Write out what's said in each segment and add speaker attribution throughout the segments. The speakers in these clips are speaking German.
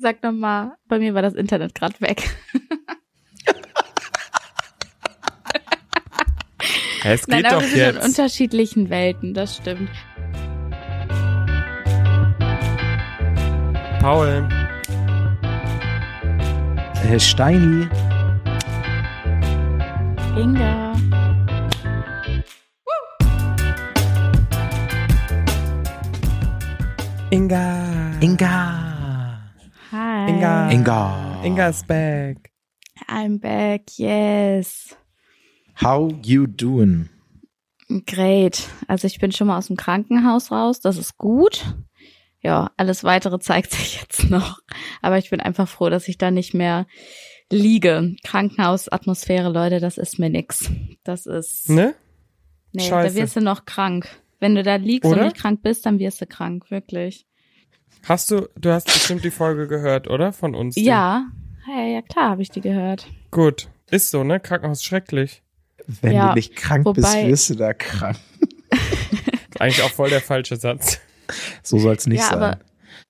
Speaker 1: Sag nochmal, bei mir war das Internet gerade weg.
Speaker 2: Es geht
Speaker 1: Nein, aber
Speaker 2: doch
Speaker 1: wir sind in
Speaker 2: jetzt.
Speaker 1: unterschiedlichen Welten, das stimmt.
Speaker 2: Paul,
Speaker 3: Äh, Steini.
Speaker 1: Inga.
Speaker 4: Inga.
Speaker 3: Inga.
Speaker 1: Hi.
Speaker 4: Inga.
Speaker 3: Inga.
Speaker 4: Inga is back.
Speaker 1: I'm back, yes.
Speaker 3: How you doing?
Speaker 1: Great. Also ich bin schon mal aus dem Krankenhaus raus, das ist gut. Ja, alles weitere zeigt sich jetzt noch. Aber ich bin einfach froh, dass ich da nicht mehr liege. Krankenhausatmosphäre, Leute, das ist mir nix. Das ist.
Speaker 4: Ne?
Speaker 1: Nee,
Speaker 4: Scheiße.
Speaker 1: da wirst du noch krank. Wenn du da liegst
Speaker 4: Oder?
Speaker 1: und nicht krank bist, dann wirst du krank, wirklich.
Speaker 4: Hast du, du hast bestimmt die Folge gehört, oder? Von uns. die-
Speaker 1: Ja. Hey, ja klar, habe ich die gehört.
Speaker 4: Gut. Ist so, ne? Krankenhaus ist schrecklich.
Speaker 3: Wenn
Speaker 1: Ja,
Speaker 3: du nicht krank bist,
Speaker 1: wobei-
Speaker 3: wirst du da krank.
Speaker 4: Ist Eigentlich auch voll der falsche Satz.
Speaker 3: So soll es nicht
Speaker 1: ja,
Speaker 3: sein.
Speaker 1: aber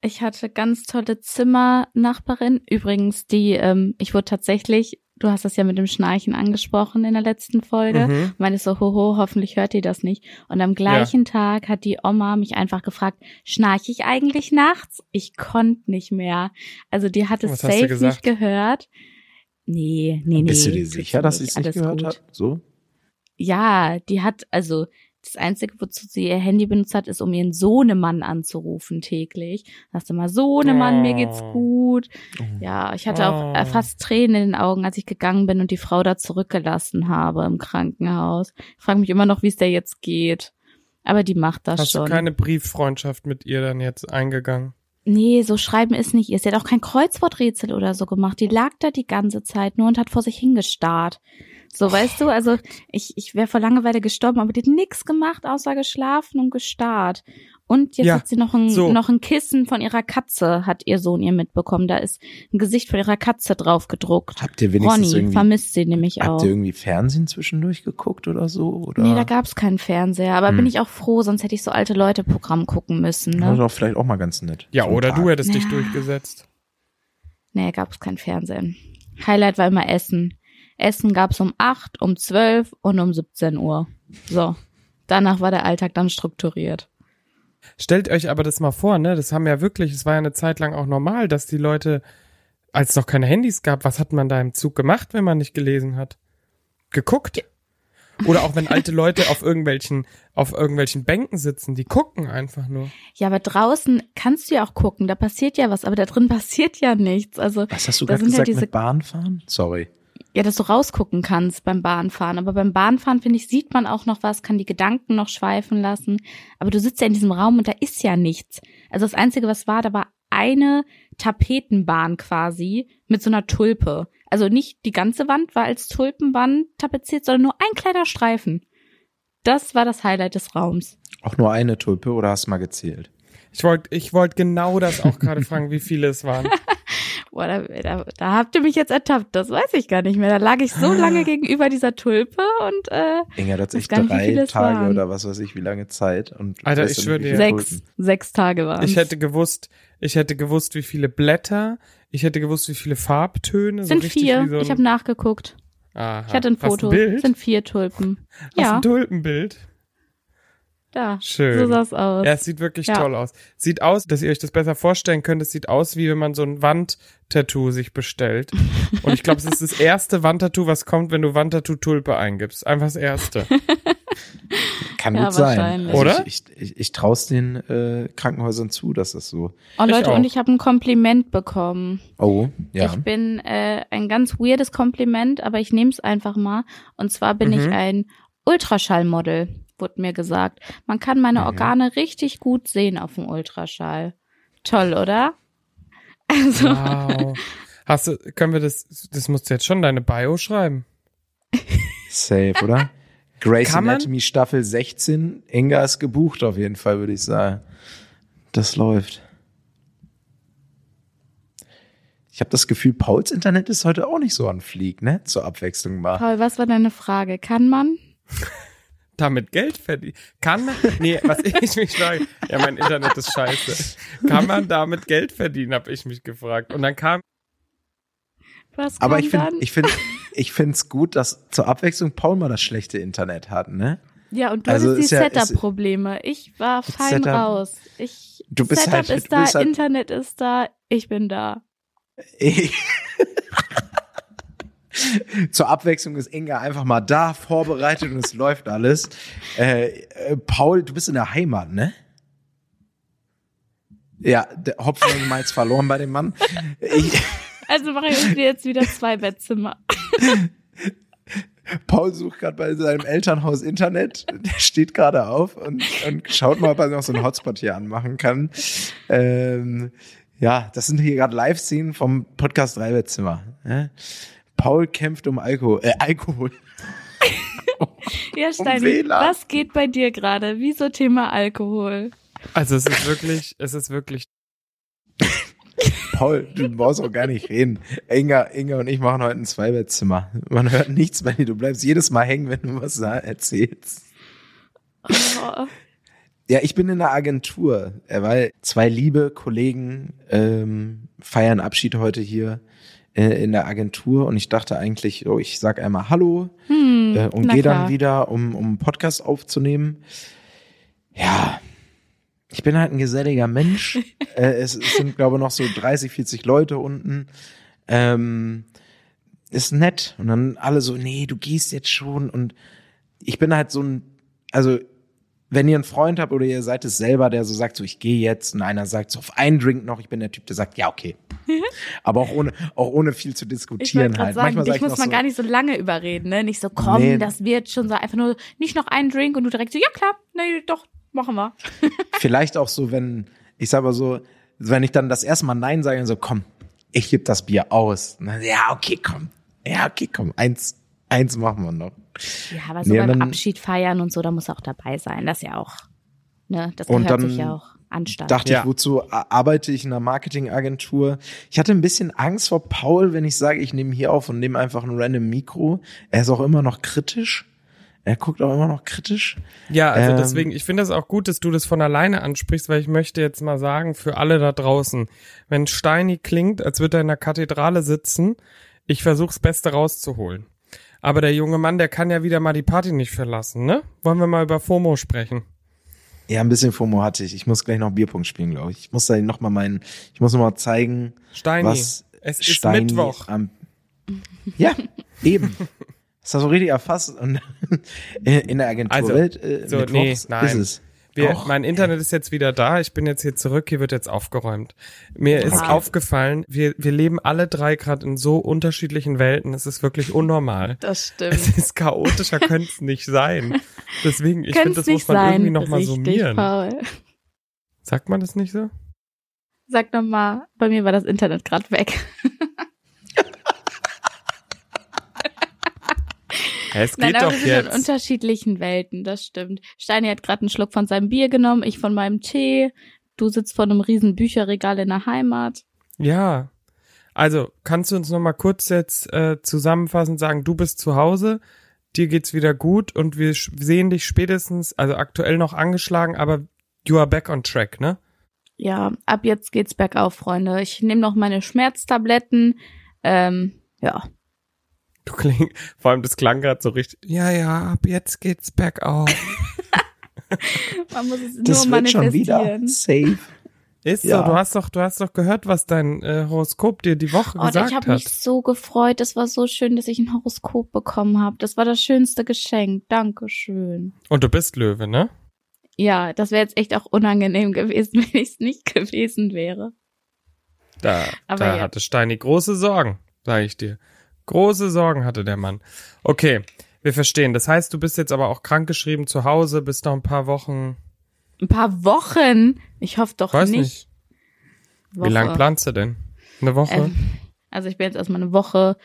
Speaker 1: ich hatte ganz tolle Zimmernachbarin. Übrigens, die, ähm, ich wurde tatsächlich, du hast das ja mit dem Schnarchen angesprochen in der letzten Folge.
Speaker 4: Mhm.
Speaker 1: Meine so, hoho, hoffentlich hört die das nicht. Und am gleichen Tag hat die Oma mich einfach gefragt, schnarche ich eigentlich nachts? Ich konnte nicht mehr. Also die hat es
Speaker 4: Was hast du
Speaker 1: safe nicht
Speaker 4: gesagt?
Speaker 1: gehört. Nee, nee, nee.
Speaker 3: Bist du dir
Speaker 1: tut's
Speaker 3: sicher, dass ich es nicht
Speaker 1: Alles
Speaker 3: gehört
Speaker 1: gut.
Speaker 3: habe? So?
Speaker 1: Ja, die hat, also das Einzige, wozu sie ihr Handy benutzt hat, ist, um ihren Sohnemann anzurufen täglich. Sagst du mal, Sohnemann, mir geht's
Speaker 4: Oh.
Speaker 1: gut. Ja, ich hatte auch äh,
Speaker 4: Oh.
Speaker 1: fast Tränen in den Augen, als ich gegangen bin und die Frau da zurückgelassen habe im Krankenhaus. Ich frage mich immer noch, wie es der jetzt geht. Aber die macht das
Speaker 4: Hast
Speaker 1: schon.
Speaker 4: du keine Brieffreundschaft mit ihr dann jetzt eingegangen?
Speaker 1: Nee, so schreiben ist nicht ihr. Sie hat auch kein Kreuzworträtsel oder so gemacht. Die lag da die ganze Zeit nur und hat vor sich hingestarrt. So, weißt du, also ich, ich wäre vor Langeweile gestorben, aber die hat nix gemacht, außer geschlafen und gestarrt. Und jetzt
Speaker 4: Ja,
Speaker 1: hat sie noch ein,
Speaker 4: so.
Speaker 1: noch ein Kissen von ihrer Katze, hat ihr Sohn ihr mitbekommen. Da ist ein Gesicht von ihrer Katze drauf gedruckt.
Speaker 3: Oh. Habt ihr wenigstens
Speaker 1: Ronny
Speaker 3: irgendwie.
Speaker 1: vermisst sie nämlich auch.
Speaker 3: Habt ihr irgendwie Fernsehen zwischendurch geguckt oder so? Oder?
Speaker 1: Nee, da gab's keinen Fernseher, aber
Speaker 3: Hm.
Speaker 1: bin ich auch froh, sonst hätte ich so alte Leute Programm gucken müssen.
Speaker 3: Das war
Speaker 1: Ne?
Speaker 3: doch vielleicht auch mal ganz nett.
Speaker 4: Ja,
Speaker 3: So ein
Speaker 4: oder
Speaker 3: Tag.
Speaker 4: du hättest dich
Speaker 1: Ja.
Speaker 4: durchgesetzt.
Speaker 1: Nee, gab es kein Fernsehen. Highlight war immer Essen. Essen gab es um 8, um 12 und um 17 Uhr. So. Danach war der Alltag dann strukturiert.
Speaker 4: Stellt euch aber das mal vor, ne? Das haben ja wirklich, es war ja eine Zeit lang auch normal, dass die Leute, als es noch keine Handys gab, was hat man da im Zug gemacht, wenn man nicht gelesen hat? Geguckt. Oder auch wenn alte Leute auf irgendwelchen, auf irgendwelchen Bänken sitzen, die gucken einfach nur.
Speaker 1: Ja, aber draußen kannst du ja auch gucken, da passiert ja was, aber da drin passiert ja nichts. Also,
Speaker 3: Was hast du
Speaker 1: Da
Speaker 3: gerade
Speaker 1: sind ja
Speaker 3: gesagt
Speaker 1: diese-
Speaker 3: mit Bahnfahren? Sorry.
Speaker 1: ja, dass du rausgucken kannst beim Bahnfahren. Aber beim Bahnfahren, finde ich, sieht man auch noch was, kann die Gedanken noch schweifen lassen. Aber du sitzt ja in diesem Raum und da ist ja nichts. Also das Einzige, was war, da war eine Tapetenbahn quasi mit so einer Tulpe. Also nicht die ganze Wand war als Tulpenwand tapeziert, sondern nur ein kleiner Streifen. Das war das Highlight des Raums.
Speaker 3: Auch nur eine Tulpe oder hast du mal gezählt?
Speaker 4: Ich wollte ich wollt genau das auch gerade fragen, wie viele es waren.
Speaker 1: Boah, da, da, da habt ihr mich jetzt ertappt. Das weiß ich gar nicht mehr. Da lag ich so lange gegenüber dieser Tulpe und äh,
Speaker 3: Inga, das
Speaker 1: Weiß
Speaker 3: ist
Speaker 1: gar nicht, wie
Speaker 3: drei
Speaker 1: viele es
Speaker 3: Tage
Speaker 1: waren.
Speaker 3: oder was weiß ich, wie lange Zeit. Und
Speaker 4: Alter,
Speaker 3: weißt
Speaker 4: ich
Speaker 3: du
Speaker 4: schwör
Speaker 3: nicht, wie
Speaker 4: dir.
Speaker 3: viele
Speaker 1: sechs,
Speaker 3: Tulpen?
Speaker 1: sechs Tage waren.
Speaker 4: Ich hätte gewusst, ich hätte gewusst, wie viele Blätter, ich hätte gewusst, wie viele Farbtöne.
Speaker 1: sind
Speaker 4: so richtig
Speaker 1: vier.
Speaker 4: Wie so ein,
Speaker 1: ich habe nachgeguckt.
Speaker 4: Aha.
Speaker 1: Ich hatte ein
Speaker 4: Hast
Speaker 1: Foto.
Speaker 4: Ein Bild?
Speaker 1: Sind vier Tulpen.
Speaker 4: Hast
Speaker 1: Ja,
Speaker 4: ein Tulpenbild?
Speaker 1: da.
Speaker 4: Schön.
Speaker 1: So sah's aus.
Speaker 4: Ja, es sieht wirklich
Speaker 1: Ja.
Speaker 4: toll aus. Sieht aus, dass ihr euch das besser vorstellen könnt, es sieht aus, wie wenn man so ein Wandtattoo sich bestellt. Und ich glaube, es ist das erste Wandtattoo, was kommt, wenn du Wandtattoo Tulpe eingibst. Einfach das erste.
Speaker 3: Kann
Speaker 1: Ja,
Speaker 3: gut sein. Also
Speaker 1: wahrscheinlich.
Speaker 4: Oder?
Speaker 3: Ich, ich, ich, ich traue den äh, Krankenhäusern zu, dass das so.
Speaker 1: oh
Speaker 4: ich
Speaker 1: Leute,
Speaker 4: auch.
Speaker 1: und ich habe ein Kompliment bekommen.
Speaker 3: Oh, ja.
Speaker 1: Ich bin äh, ein ganz weirdes Kompliment, aber ich nehme es einfach mal. Und zwar bin
Speaker 4: Mhm.
Speaker 1: ich ein Ultraschallmodel, wurde mir gesagt. Man kann meine
Speaker 3: Mhm.
Speaker 1: Organe richtig gut sehen auf dem Ultraschall. Toll, oder? Also,
Speaker 4: Wow. Hast du, können wir das, das musst du jetzt schon deine Bio schreiben.
Speaker 3: Safe, oder? Grace
Speaker 4: Kann man-
Speaker 3: Anatomy Staffel 16. Inga ist gebucht auf jeden Fall, würde ich sagen. Das läuft. Ich habe das Gefühl, Pauls Internet ist
Speaker 4: Ah.
Speaker 3: heute auch nicht so an Flieg, ne? Zur Abwechslung mal.
Speaker 1: Paul, was war deine Frage? Kann man?
Speaker 4: damit Geld verdienen? Kann man, nee, was ich mich frage, ja, mein Internet ist scheiße. Kann man damit Geld verdienen, habe ich mich gefragt. Und dann kam,
Speaker 1: Was
Speaker 3: Aber
Speaker 1: kam
Speaker 3: ich finde,
Speaker 1: dann?
Speaker 3: ich finde, ich finde es gut, dass zur Abwechslung Paul mal das schlechte Internet hat, ne?
Speaker 1: ja, und du
Speaker 3: also
Speaker 1: hattest die
Speaker 3: ist ja- ist-
Speaker 1: Setup-Probleme. Ich war fein
Speaker 3: Setup-
Speaker 1: raus. Ich,
Speaker 3: Du bist
Speaker 1: Setup
Speaker 3: halt-
Speaker 1: ist
Speaker 3: du
Speaker 1: da,
Speaker 3: bist halt-
Speaker 1: Internet ist da, ich bin da.
Speaker 3: Zur Abwechslung ist Inga einfach mal da, vorbereitet und es läuft alles. Äh, äh, Paul, du bist in der Heimat, ne? Ja, der Hopfen und Malz verloren bei dem Mann. Ich,
Speaker 1: Also mache ich mir jetzt wieder zwei Bettzimmer.
Speaker 3: Paul sucht gerade bei seinem Elternhaus Internet. Der steht gerade auf und, und schaut mal, ob er noch so einen Hotspot hier anmachen kann. Ähm, ja, das sind hier gerade Live-Szenen vom Podcast Dreibettzimmer. Ne? Paul kämpft um Alkohol. Äh, Alkohol.
Speaker 1: Ja, Steini,
Speaker 3: Um WLAN.
Speaker 1: was geht bei dir gerade? Wieso Thema Alkohol?
Speaker 4: also es ist wirklich, es ist wirklich,
Speaker 3: Paul, du brauchst auch gar nicht reden. Inga, Inga und ich machen heute ein Zweibettzimmer. Man hört nichts bei dir. Du bleibst jedes Mal hängen, wenn du was sa- erzählst.
Speaker 1: Oh,
Speaker 3: Ja, ich bin in einer Agentur, äh, weil zwei liebe Kollegen ähm, feiern Abschied heute hier äh, in der Agentur und ich dachte eigentlich, oh, ich sag einmal Hallo
Speaker 1: hm,
Speaker 3: äh, und
Speaker 1: na
Speaker 3: gehe
Speaker 1: klar.
Speaker 3: dann wieder, um, um einen Podcast aufzunehmen. Ja, ich bin halt ein geselliger Mensch. äh, es, es sind, glaube ich, noch so 30, 40 Leute unten. Ähm, ist nett. Und dann alle so, nee, du gehst jetzt schon. Und ich bin halt so ein, also wenn ihr einen Freund habt oder ihr seid es selber, der so sagt, so ich gehe jetzt und einer sagt so auf einen Drink noch, ich bin der Typ, der sagt, ja, okay. Aber auch ohne, auch ohne viel zu
Speaker 1: Ich wollte
Speaker 3: diskutieren
Speaker 1: gerade
Speaker 3: halt.
Speaker 1: sagen,
Speaker 3: Manchmal sag
Speaker 1: dich
Speaker 3: ich noch
Speaker 1: muss man
Speaker 3: so,
Speaker 1: gar nicht so lange überreden, ne? Nicht so, komm,
Speaker 3: Nee.
Speaker 1: das wird schon so. Einfach nur, nicht noch einen Drink und du direkt so, ja klar, nee, doch, machen wir.
Speaker 3: Vielleicht auch so, wenn, ich sag mal so, wenn ich dann das erste Mal Nein sage, dann so, komm, ich gebe das Bier aus. Und dann, ja, okay, komm. Ja, okay, komm. Eins, eins machen wir noch.
Speaker 1: Ja, aber so
Speaker 3: Nee,
Speaker 1: beim
Speaker 3: dann-
Speaker 1: Abschied feiern und so, da muss er auch dabei sein. Das ist ja auch, ne? Das
Speaker 3: Und
Speaker 1: gehört
Speaker 3: dann
Speaker 1: sich ja auch anstand.
Speaker 3: Dachte
Speaker 4: Ja.
Speaker 3: ich, wozu a- arbeite ich in einer Marketingagentur? Ich hatte ein bisschen Angst vor Paul, wenn ich sage, ich nehme hier auf und nehme einfach ein random Mikro. Er ist auch immer noch kritisch. Er guckt auch immer noch kritisch.
Speaker 4: ja, also
Speaker 3: Ähm.
Speaker 4: deswegen, ich finde das auch gut, dass du das von alleine ansprichst, weil ich möchte jetzt mal sagen, für alle da draußen, wenn Steini klingt, als würde er in der Kathedrale sitzen, ich versuche das Beste rauszuholen. Aber der junge Mann, der kann ja wieder mal die Party nicht verlassen, ne? Wollen wir mal über FOMO sprechen?
Speaker 3: Ja, ein bisschen FOMO hatte ich. Ich muss gleich noch Bierpunkt spielen, glaube ich. Ich muss da nochmal meinen, ich muss nochmal zeigen,
Speaker 4: Steini,
Speaker 3: was
Speaker 4: es ist
Speaker 3: Steini
Speaker 4: Mittwoch.
Speaker 3: Am ja, eben. Das hast du richtig erfasst. Und in der Agenturwelt äh,
Speaker 4: Also, so, nee,
Speaker 3: Mittwochs
Speaker 4: nein.
Speaker 3: ist es.
Speaker 4: Wir,
Speaker 3: Doch.
Speaker 4: mein Internet ist jetzt wieder da. Ich bin jetzt hier zurück. Hier wird jetzt aufgeräumt. Mir ist
Speaker 1: Okay.
Speaker 4: aufgefallen, wir, wir leben alle drei gerade in so unterschiedlichen Welten. Es ist wirklich unnormal.
Speaker 1: Das
Speaker 4: Es
Speaker 1: stimmt.
Speaker 4: ist chaotischer, könnte es nicht sein. Deswegen, ich finde,
Speaker 1: Könnte es
Speaker 4: das
Speaker 1: nicht
Speaker 4: muss man
Speaker 1: sein.
Speaker 4: irgendwie nochmal
Speaker 1: Richtig,
Speaker 4: summieren.
Speaker 1: Paul.
Speaker 4: Sagt man das nicht so?
Speaker 1: Sag nochmal, bei mir war das Internet gerade weg.
Speaker 4: Hä, es
Speaker 1: Nein,
Speaker 4: geht
Speaker 1: aber
Speaker 4: doch
Speaker 1: wir sind in
Speaker 4: jetzt.
Speaker 1: unterschiedlichen Welten, das stimmt. Steini hat gerade einen Schluck von seinem Bier genommen, ich von meinem Tee. Du sitzt vor einem riesen Bücherregal in der Heimat.
Speaker 4: Ja. Also, kannst du uns nochmal kurz jetzt äh, zusammenfassend sagen, du bist zu Hause, dir geht's wieder gut und wir sch- sehen dich spätestens, also aktuell noch angeschlagen, aber you are back on track, ne?
Speaker 1: Ja, ab jetzt geht's bergauf, Freunde. Ich nehme noch meine Schmerztabletten. Ähm, ja.
Speaker 4: Du kling, vor allem das klang gerade so richtig. Ja, ja, ab jetzt geht's bergauf.
Speaker 1: Man muss es
Speaker 3: Das
Speaker 1: nur
Speaker 3: wird schon wieder
Speaker 1: manifestieren.
Speaker 3: safe.
Speaker 4: Ist
Speaker 3: Ja.
Speaker 4: so, du hast doch, du hast doch gehört, was dein äh, Horoskop dir die Woche
Speaker 1: Und
Speaker 4: gesagt
Speaker 1: Oh, ich habe
Speaker 4: hat.
Speaker 1: mich so gefreut. Das war so schön, dass ich ein Horoskop bekommen habe. Das war das schönste Geschenk. Dankeschön.
Speaker 4: Und du bist Löwe, ne?
Speaker 1: Ja, das wäre jetzt echt auch unangenehm gewesen, wenn ich es nicht gewesen wäre.
Speaker 4: Da,
Speaker 1: Aber
Speaker 4: da
Speaker 1: ja.
Speaker 4: hatte Steini große Sorgen, sage ich dir. Große Sorgen hatte der Mann. Okay, wir verstehen. Das heißt, du bist jetzt aber auch krankgeschrieben zu Hause, bist noch ein paar Wochen.
Speaker 1: Ein paar Wochen. Ich hoffe doch
Speaker 4: Weiß
Speaker 1: nicht. Woche.
Speaker 4: Wie lange planst du denn? Eine Woche?
Speaker 1: Ähm, also ich bin jetzt erstmal eine Woche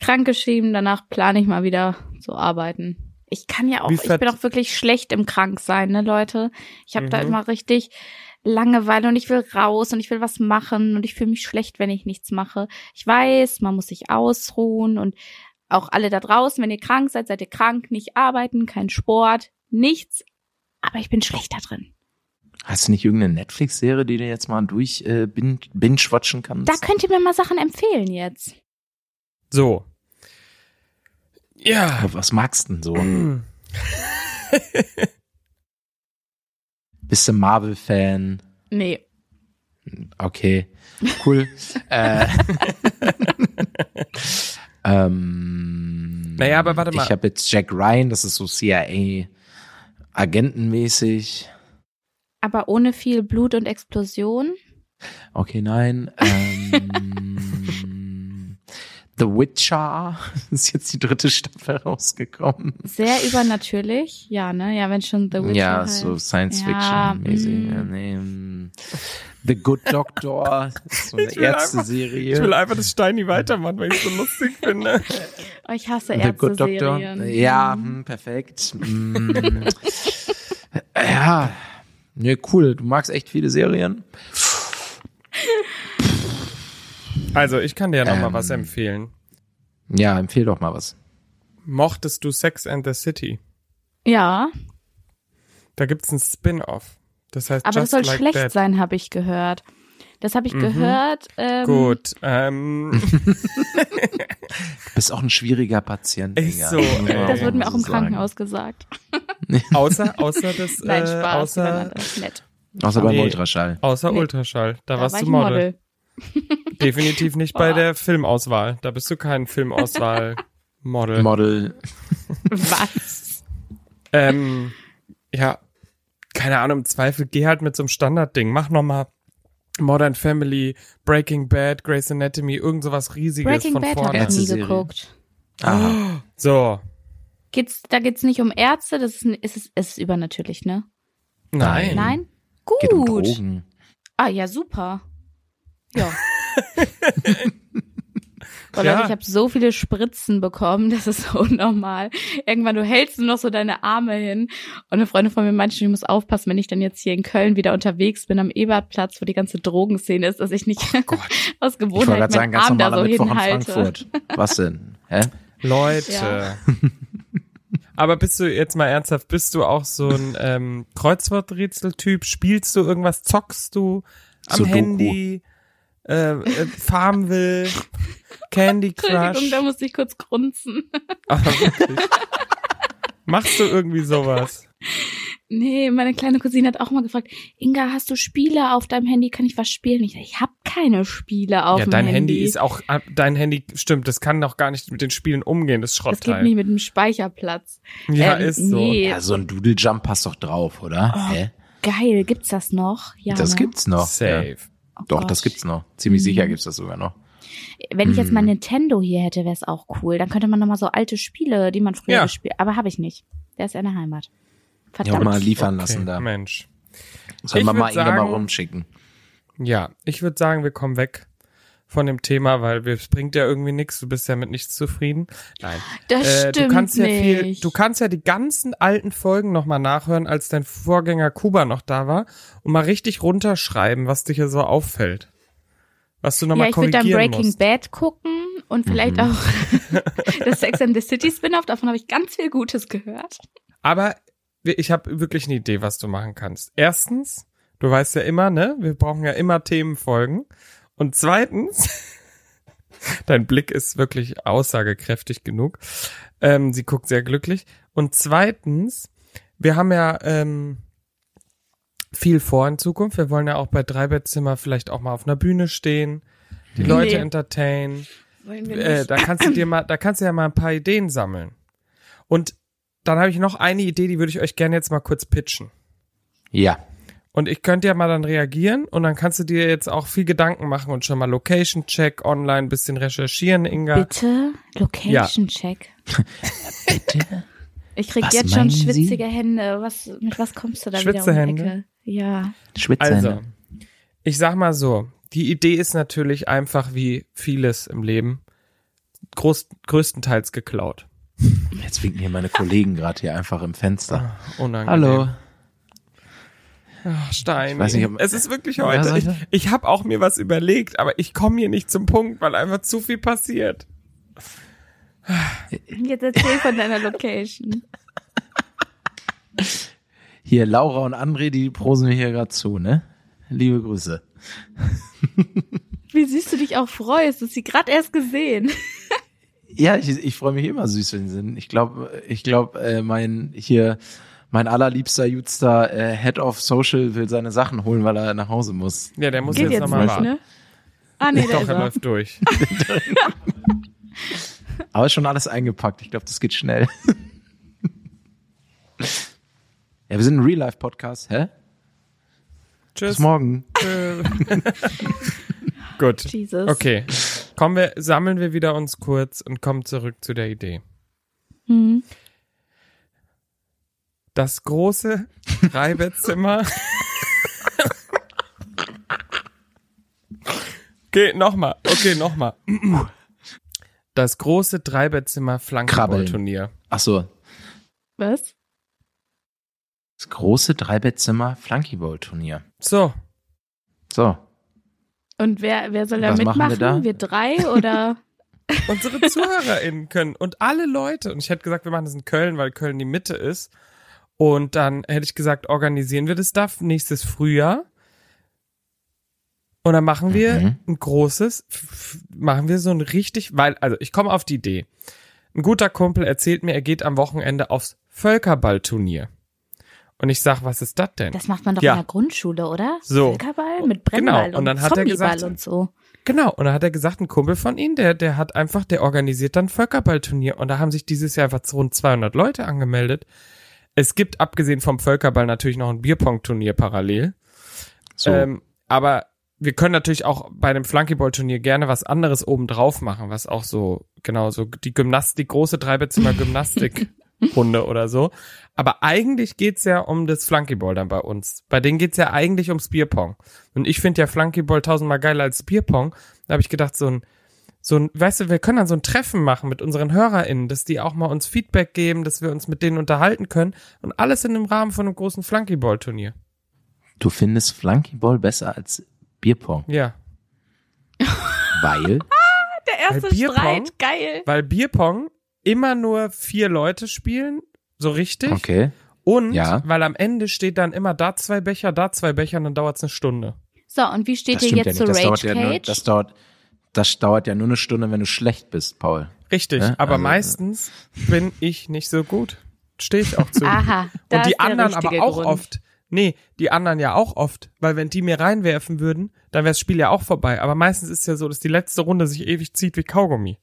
Speaker 1: krankgeschrieben, danach plane ich mal wieder zu arbeiten. Ich kann ja auch,
Speaker 4: Wie
Speaker 1: ich
Speaker 4: fett-
Speaker 1: bin auch wirklich schlecht im Kranksein, ne Leute. Ich habe da
Speaker 4: Mhm.
Speaker 1: immer richtig Langeweile und ich will raus und ich will was machen und ich fühle mich schlecht, wenn ich nichts mache. Ich weiß, man muss sich ausruhen und auch alle da draußen, wenn ihr krank seid, seid ihr krank, nicht arbeiten, kein Sport, nichts, aber ich bin schlecht da drin.
Speaker 3: Hast du nicht irgendeine Netflix-Serie, die du jetzt mal durch äh, bin- binge-watchen kannst?
Speaker 1: Da könnt ihr mir mal Sachen empfehlen jetzt.
Speaker 4: So. Ja.
Speaker 3: Aber Äh, Was magst denn so? Bist du Marvel-Fan?
Speaker 1: Nee.
Speaker 3: Okay, cool. äh, ähm,
Speaker 4: Naja, aber warte mal.
Speaker 3: Ich habe jetzt Jack Ryan, das ist so CIA-Agentenmäßig.
Speaker 1: Aber ohne viel Blut und Explosion.
Speaker 3: Okay, nein. Ähm, The Witcher ist jetzt die dritte Staffel rausgekommen.
Speaker 1: Sehr übernatürlich. Ja, ne? Ja, wenn schon The Witcher.
Speaker 3: ja,
Speaker 1: heißt.
Speaker 3: so Science
Speaker 1: Ja,
Speaker 3: Fiction mäßig.
Speaker 1: mm.
Speaker 3: Ja, nee, mm. The Good Doctor, ist so eine
Speaker 4: Ich will Ich
Speaker 3: Ärzte-Serie.
Speaker 4: will einfach, dass Steini weitermacht, weil ich es so lustig finde.
Speaker 1: Oh, ich hasse
Speaker 3: The Good Doctor.
Speaker 1: Ärzte-Serien. Mhm.
Speaker 3: Ja, hm, perfekt. Mm. ja, nee, cool. Du magst echt viele Serien.
Speaker 4: Also, ich kann dir ja nochmal
Speaker 3: Ähm.
Speaker 4: was empfehlen.
Speaker 3: Ja, empfehl doch mal was.
Speaker 4: Mochtest du Sex and the City?
Speaker 1: Ja,
Speaker 4: Da gibt's ein Spin-off. Das heißt,
Speaker 1: aber das soll
Speaker 4: Just like
Speaker 1: schlecht
Speaker 4: that.
Speaker 1: sein, habe ich gehört. Das habe ich
Speaker 4: Mhm.
Speaker 1: gehört. Ähm,
Speaker 4: Gut. Ähm,
Speaker 3: Du bist auch ein schwieriger Patient.
Speaker 4: Ist
Speaker 3: Digga.
Speaker 4: so,
Speaker 3: Muss man
Speaker 4: ey.
Speaker 1: Das
Speaker 4: Ja,
Speaker 1: wird mir
Speaker 3: so
Speaker 1: auch im
Speaker 3: sagen.
Speaker 1: Krankenhaus gesagt.
Speaker 4: außer, außer das,
Speaker 1: Nein,
Speaker 4: äh,
Speaker 1: Spaß.
Speaker 4: außer,
Speaker 1: miteinander. ist nett.
Speaker 3: Außer beim
Speaker 4: Nee.
Speaker 3: Ultraschall.
Speaker 4: außer
Speaker 1: Nee.
Speaker 4: Ultraschall. Da,
Speaker 1: Da
Speaker 4: warst
Speaker 1: war
Speaker 4: du
Speaker 1: ich ein
Speaker 4: Model. Definitiv nicht bei
Speaker 1: Boah.
Speaker 4: der Filmauswahl. Da bist du kein Filmauswahl-Model.
Speaker 3: Model.
Speaker 1: Was?
Speaker 4: ähm, ja, keine Ahnung, im Zweifel geh halt mit so einem Standardding. Mach nochmal Modern Family, Breaking Bad, Grey's Anatomy, irgend sowas riesiges
Speaker 1: Breaking
Speaker 4: von
Speaker 1: Bad habe ich
Speaker 4: vorne.
Speaker 1: nie
Speaker 3: Ärzte-Serie.
Speaker 1: geguckt.
Speaker 3: Aha.
Speaker 4: So.
Speaker 1: Geht's, da geht's nicht um Ärzte, das ist, ein- es ist, es ist übernatürlich, ne?
Speaker 3: Nein.
Speaker 4: Nein.
Speaker 1: Nein?
Speaker 3: Geht um
Speaker 1: Gut.
Speaker 3: Drogen.
Speaker 1: ah, ja, super. Ja. Boah,
Speaker 4: Ja.
Speaker 1: Leute, ich habe so viele Spritzen bekommen, das ist so unnormal. Irgendwann, du hältst nur noch so deine Arme hin. Und eine Freundin von mir meinte schon, ich muss aufpassen, wenn ich dann jetzt hier in Köln wieder unterwegs bin, am Ebertplatz, wo die ganze Drogenszene ist, dass ich nicht aus
Speaker 3: Oh Ich wollte
Speaker 1: Gewohnheit
Speaker 3: gerade sagen,
Speaker 1: meinen
Speaker 3: ganz
Speaker 1: Arm da
Speaker 3: normaler
Speaker 1: so
Speaker 3: Mittwoch in
Speaker 1: hinhalte.
Speaker 3: Frankfurt. Was denn? Hä?
Speaker 4: Leute.
Speaker 1: Ja.
Speaker 4: Aber bist du jetzt mal ernsthaft, bist du auch so ein ähm, Kreuzworträtsel-Typ? Spielst du irgendwas? Zockst du am
Speaker 3: Sudoku.
Speaker 4: Handy? Äh, äh, Farmville? Candy
Speaker 1: Entschuldigung,
Speaker 4: Crush?
Speaker 1: da musste ich kurz grunzen.
Speaker 4: Aber wirklich. Machst du irgendwie sowas?
Speaker 1: Nee, meine kleine Cousine hat auch mal gefragt, Inga, hast du Spiele auf deinem Handy? Kann ich was spielen? Ich, sag, ich habe keine Spiele auf
Speaker 4: ja,
Speaker 1: dem
Speaker 4: dein
Speaker 1: Handy.
Speaker 4: Handy. ist auch, ah, dein Handy, stimmt, das kann doch gar nicht mit den Spielen umgehen, das halt.
Speaker 1: das geht
Speaker 4: Schrottteil.
Speaker 1: nicht mit dem Speicherplatz.
Speaker 4: ja,
Speaker 1: Ähm,
Speaker 4: ist so.
Speaker 1: nee.
Speaker 3: Ja, so ein Doodle Jump passt doch drauf, oder? Hä?
Speaker 1: Geil, gibt's das noch? Oh, Ja,
Speaker 3: das
Speaker 1: ne?
Speaker 3: gibt's noch. Ja.
Speaker 4: Safe.
Speaker 1: Oh
Speaker 3: Doch,
Speaker 1: Gott.
Speaker 3: das gibt's noch. Ziemlich
Speaker 1: Mhm.
Speaker 3: sicher gibt's das sogar noch.
Speaker 1: Wenn ich jetzt mal
Speaker 4: Hm.
Speaker 3: Mhm.
Speaker 1: Nintendo hier hätte, wäre es auch cool. Dann könnte man nochmal so alte Spiele, die man früher
Speaker 4: Ja.
Speaker 1: gespielt Aber habe ich nicht. Der ist in der Heimat.
Speaker 3: Ja,
Speaker 1: Verdammt.
Speaker 3: mal liefern
Speaker 4: Okay,
Speaker 3: lassen da.
Speaker 4: Mensch.
Speaker 3: Sollen wir
Speaker 4: Ich
Speaker 3: mal irgendwann
Speaker 4: würd
Speaker 3: mal
Speaker 4: sagen-
Speaker 3: rumschicken.
Speaker 4: Ja, ich würde sagen, wir kommen weg von dem Thema, weil wir- es bringt ja irgendwie nichts, du bist ja mit nichts zufrieden. Nein.
Speaker 1: das
Speaker 4: Äh,
Speaker 1: stimmt
Speaker 4: du kannst ja
Speaker 1: nicht.
Speaker 4: viel, du kannst ja die ganzen alten Folgen nochmal nachhören, als dein Vorgänger Kuba noch da war und mal richtig runterschreiben, was dir hier so auffällt. Was du
Speaker 1: ja,
Speaker 4: nochmal
Speaker 1: ich würde dann
Speaker 4: korrigieren
Speaker 1: Breaking
Speaker 4: musst. Mhm.
Speaker 1: Bad gucken und vielleicht auch das Sex and the City Spin-off. Davon habe ich ganz viel Gutes gehört.
Speaker 4: Aber wir- ich habe wirklich eine Idee, was du machen kannst. Erstens, du weißt ja immer, ne, wir brauchen ja immer Themenfolgen. Und zweitens, dein Blick ist wirklich aussagekräftig genug. Ähm, sie guckt sehr glücklich. Und zweitens, wir haben ja ähm, viel vor in Zukunft. Wir wollen ja auch bei Dreibettzimmer vielleicht auch mal auf einer Bühne stehen, die Leute
Speaker 1: Nee.
Speaker 4: entertainen
Speaker 1: Wollen
Speaker 4: äh, da kannst du dir mal, da kannst du ja mal ein paar Ideen sammeln. Und dann habe ich noch eine Idee, die würde ich euch gerne jetzt mal kurz pitchen.
Speaker 3: Ja.
Speaker 4: Und ich könnte ja mal dann reagieren und dann kannst du dir jetzt auch viel Gedanken machen und schon mal Location Check online ein bisschen recherchieren, Inga.
Speaker 1: Bitte Location Check.
Speaker 3: Bitte?
Speaker 1: Ich krieg
Speaker 3: Was
Speaker 1: jetzt schon
Speaker 3: meinen Sie?
Speaker 1: schwitzige Hände. Was, mit was kommst du da wieder um die
Speaker 4: Schwitzehände?
Speaker 1: Ecke? Ja.
Speaker 4: Also,
Speaker 3: Schwitzen.
Speaker 4: ich sag mal so, die Idee ist natürlich einfach wie vieles im Leben groß, größtenteils geklaut.
Speaker 3: Jetzt winken hier meine Kollegen gerade hier einfach im Fenster.
Speaker 4: Unangenehm.
Speaker 3: Hallo.
Speaker 4: Ach, Stein.
Speaker 3: Ich weiß nicht, ob-
Speaker 4: es ist wirklich
Speaker 3: Ja,
Speaker 4: heute.
Speaker 3: sag ich
Speaker 4: Ich,
Speaker 3: ja.
Speaker 4: ich habe auch mir was überlegt, aber ich komme hier nicht zum Punkt, weil einfach zu viel passiert.
Speaker 1: Jetzt erzähl von deiner Location.
Speaker 3: Hier, Laura und André, die prosen mir hier gerade zu, ne? Liebe Grüße.
Speaker 1: Wie siehst du dich auch freust, du hast sie gerade erst gesehen.
Speaker 3: Ja, ich, ich freue mich immer süß, wenn sie sind. Ich glaube, ich glaube, äh, mein hier mein allerliebster Jutster äh, Head of Social will seine Sachen holen, weil er nach Hause muss.
Speaker 4: Ja, der muss
Speaker 1: Geht
Speaker 4: jetzt
Speaker 1: jetzt
Speaker 4: nochmal
Speaker 1: nicht,
Speaker 4: warten.
Speaker 1: ne? Ah, nee, da
Speaker 4: Doch,
Speaker 1: ist
Speaker 4: er
Speaker 1: er.
Speaker 4: läuft durch.
Speaker 3: Aber ist schon alles eingepackt. Ich glaube, das geht schnell. ja, wir sind ein Real Life Podcast, hä? Bis
Speaker 4: Tschüss.
Speaker 3: morgen.
Speaker 4: Äh. Gut.
Speaker 1: Jesus.
Speaker 4: Okay. Kommen wir, sammeln wir wieder uns kurz und kommen zurück zu der Idee.
Speaker 1: Mhm.
Speaker 4: Das große Dreibettzimmer. okay, nochmal. Okay, nochmal. Das große Dreibettzimmer Flankenballturnier.
Speaker 3: Ach so,
Speaker 1: Was?
Speaker 3: das große Dreibettzimmer Flunkyball Turnier.
Speaker 4: So,
Speaker 3: So,
Speaker 1: Und wer, wer soll da
Speaker 3: Was machen wir
Speaker 1: mitmachen?
Speaker 3: da?
Speaker 1: wir drei oder?
Speaker 4: unsere ZuhörerInnen können und alle Leute, und ich hätte gesagt, wir machen das in Köln, weil Köln die Mitte ist. Und dann hätte ich gesagt, organisieren wir das da nächstes Frühjahr. Und dann machen wir
Speaker 3: Mhm.
Speaker 4: ein großes, f- f- machen wir so ein richtig, weil, also ich komme auf die Idee. Ein guter Kumpel erzählt mir, er geht am Wochenende aufs Völkerballturnier. Und ich sag, was ist das denn?
Speaker 1: Das macht man doch
Speaker 4: Ja.
Speaker 1: in der Grundschule, oder?
Speaker 4: So.
Speaker 1: Völkerball mit Brennball
Speaker 4: Genau. Und dann hat er
Speaker 1: Zombieball
Speaker 4: gesagt-
Speaker 1: und so.
Speaker 4: Genau, und da hat er gesagt, ein Kumpel von ihm, der, der hat einfach, der organisiert dann Völkerballturnier und da haben sich dieses Jahr einfach rund 200 Leute angemeldet. Es gibt abgesehen vom Völkerball natürlich noch ein Bierpong-Turnier parallel,
Speaker 3: so.
Speaker 4: ähm, aber wir können natürlich auch bei dem Flankyball-Turnier gerne was anderes obendrauf machen, was auch so, genau, so die Gymnastik, große Dreibezimmer-Gymnastik-Runde oder so. Aber eigentlich geht's ja um das Flankyball dann bei uns. Bei denen geht's ja eigentlich ums Bierpong. Und ich finde ja Flankyball tausendmal geiler als Bierpong. Da habe ich gedacht, so ein, so ein, weißt du, wir können dann so ein Treffen machen mit unseren HörerInnen, dass die auch mal uns Feedback geben, dass wir uns mit denen unterhalten können. Und alles in dem Rahmen von einem großen Flankyball-Turnier.
Speaker 3: du findest Flunkyball besser als Bierpong,
Speaker 4: Ja.
Speaker 3: weil
Speaker 1: Der
Speaker 4: erste Bei Bierpong? Streit,
Speaker 1: geil.
Speaker 4: Weil Bierpong immer nur vier Leute spielen, so richtig.
Speaker 1: Hm?
Speaker 3: okay,
Speaker 4: Und
Speaker 3: Ja.
Speaker 4: weil am Ende steht dann immer da zwei Becher, da zwei Becher und dann dauert's eine Stunde.
Speaker 1: So, und wie steht
Speaker 3: das
Speaker 1: ihr jetzt
Speaker 3: stimmt ja nicht.
Speaker 1: zur
Speaker 3: Das dauert
Speaker 1: Rage
Speaker 3: ja nur,
Speaker 1: Cage?
Speaker 3: das dauert, das dauert ja nur eine Stunde, wenn du schlecht bist, Paul.
Speaker 4: Richtig,
Speaker 3: Ja,
Speaker 4: aber
Speaker 3: also, äh.
Speaker 4: meistens bin ich nicht so gut. Stehe ich auch zu.
Speaker 1: Aha, da
Speaker 4: und
Speaker 1: ist
Speaker 4: die
Speaker 1: der
Speaker 4: anderen aber
Speaker 1: richtige
Speaker 4: auch
Speaker 1: Grund.
Speaker 4: oft. Nee, die anderen ja auch oft, weil wenn die mir reinwerfen würden, dann wäre das Spiel ja auch vorbei. Aber meistens ist ja so, dass die letzte Runde sich ewig zieht wie Kaugummi.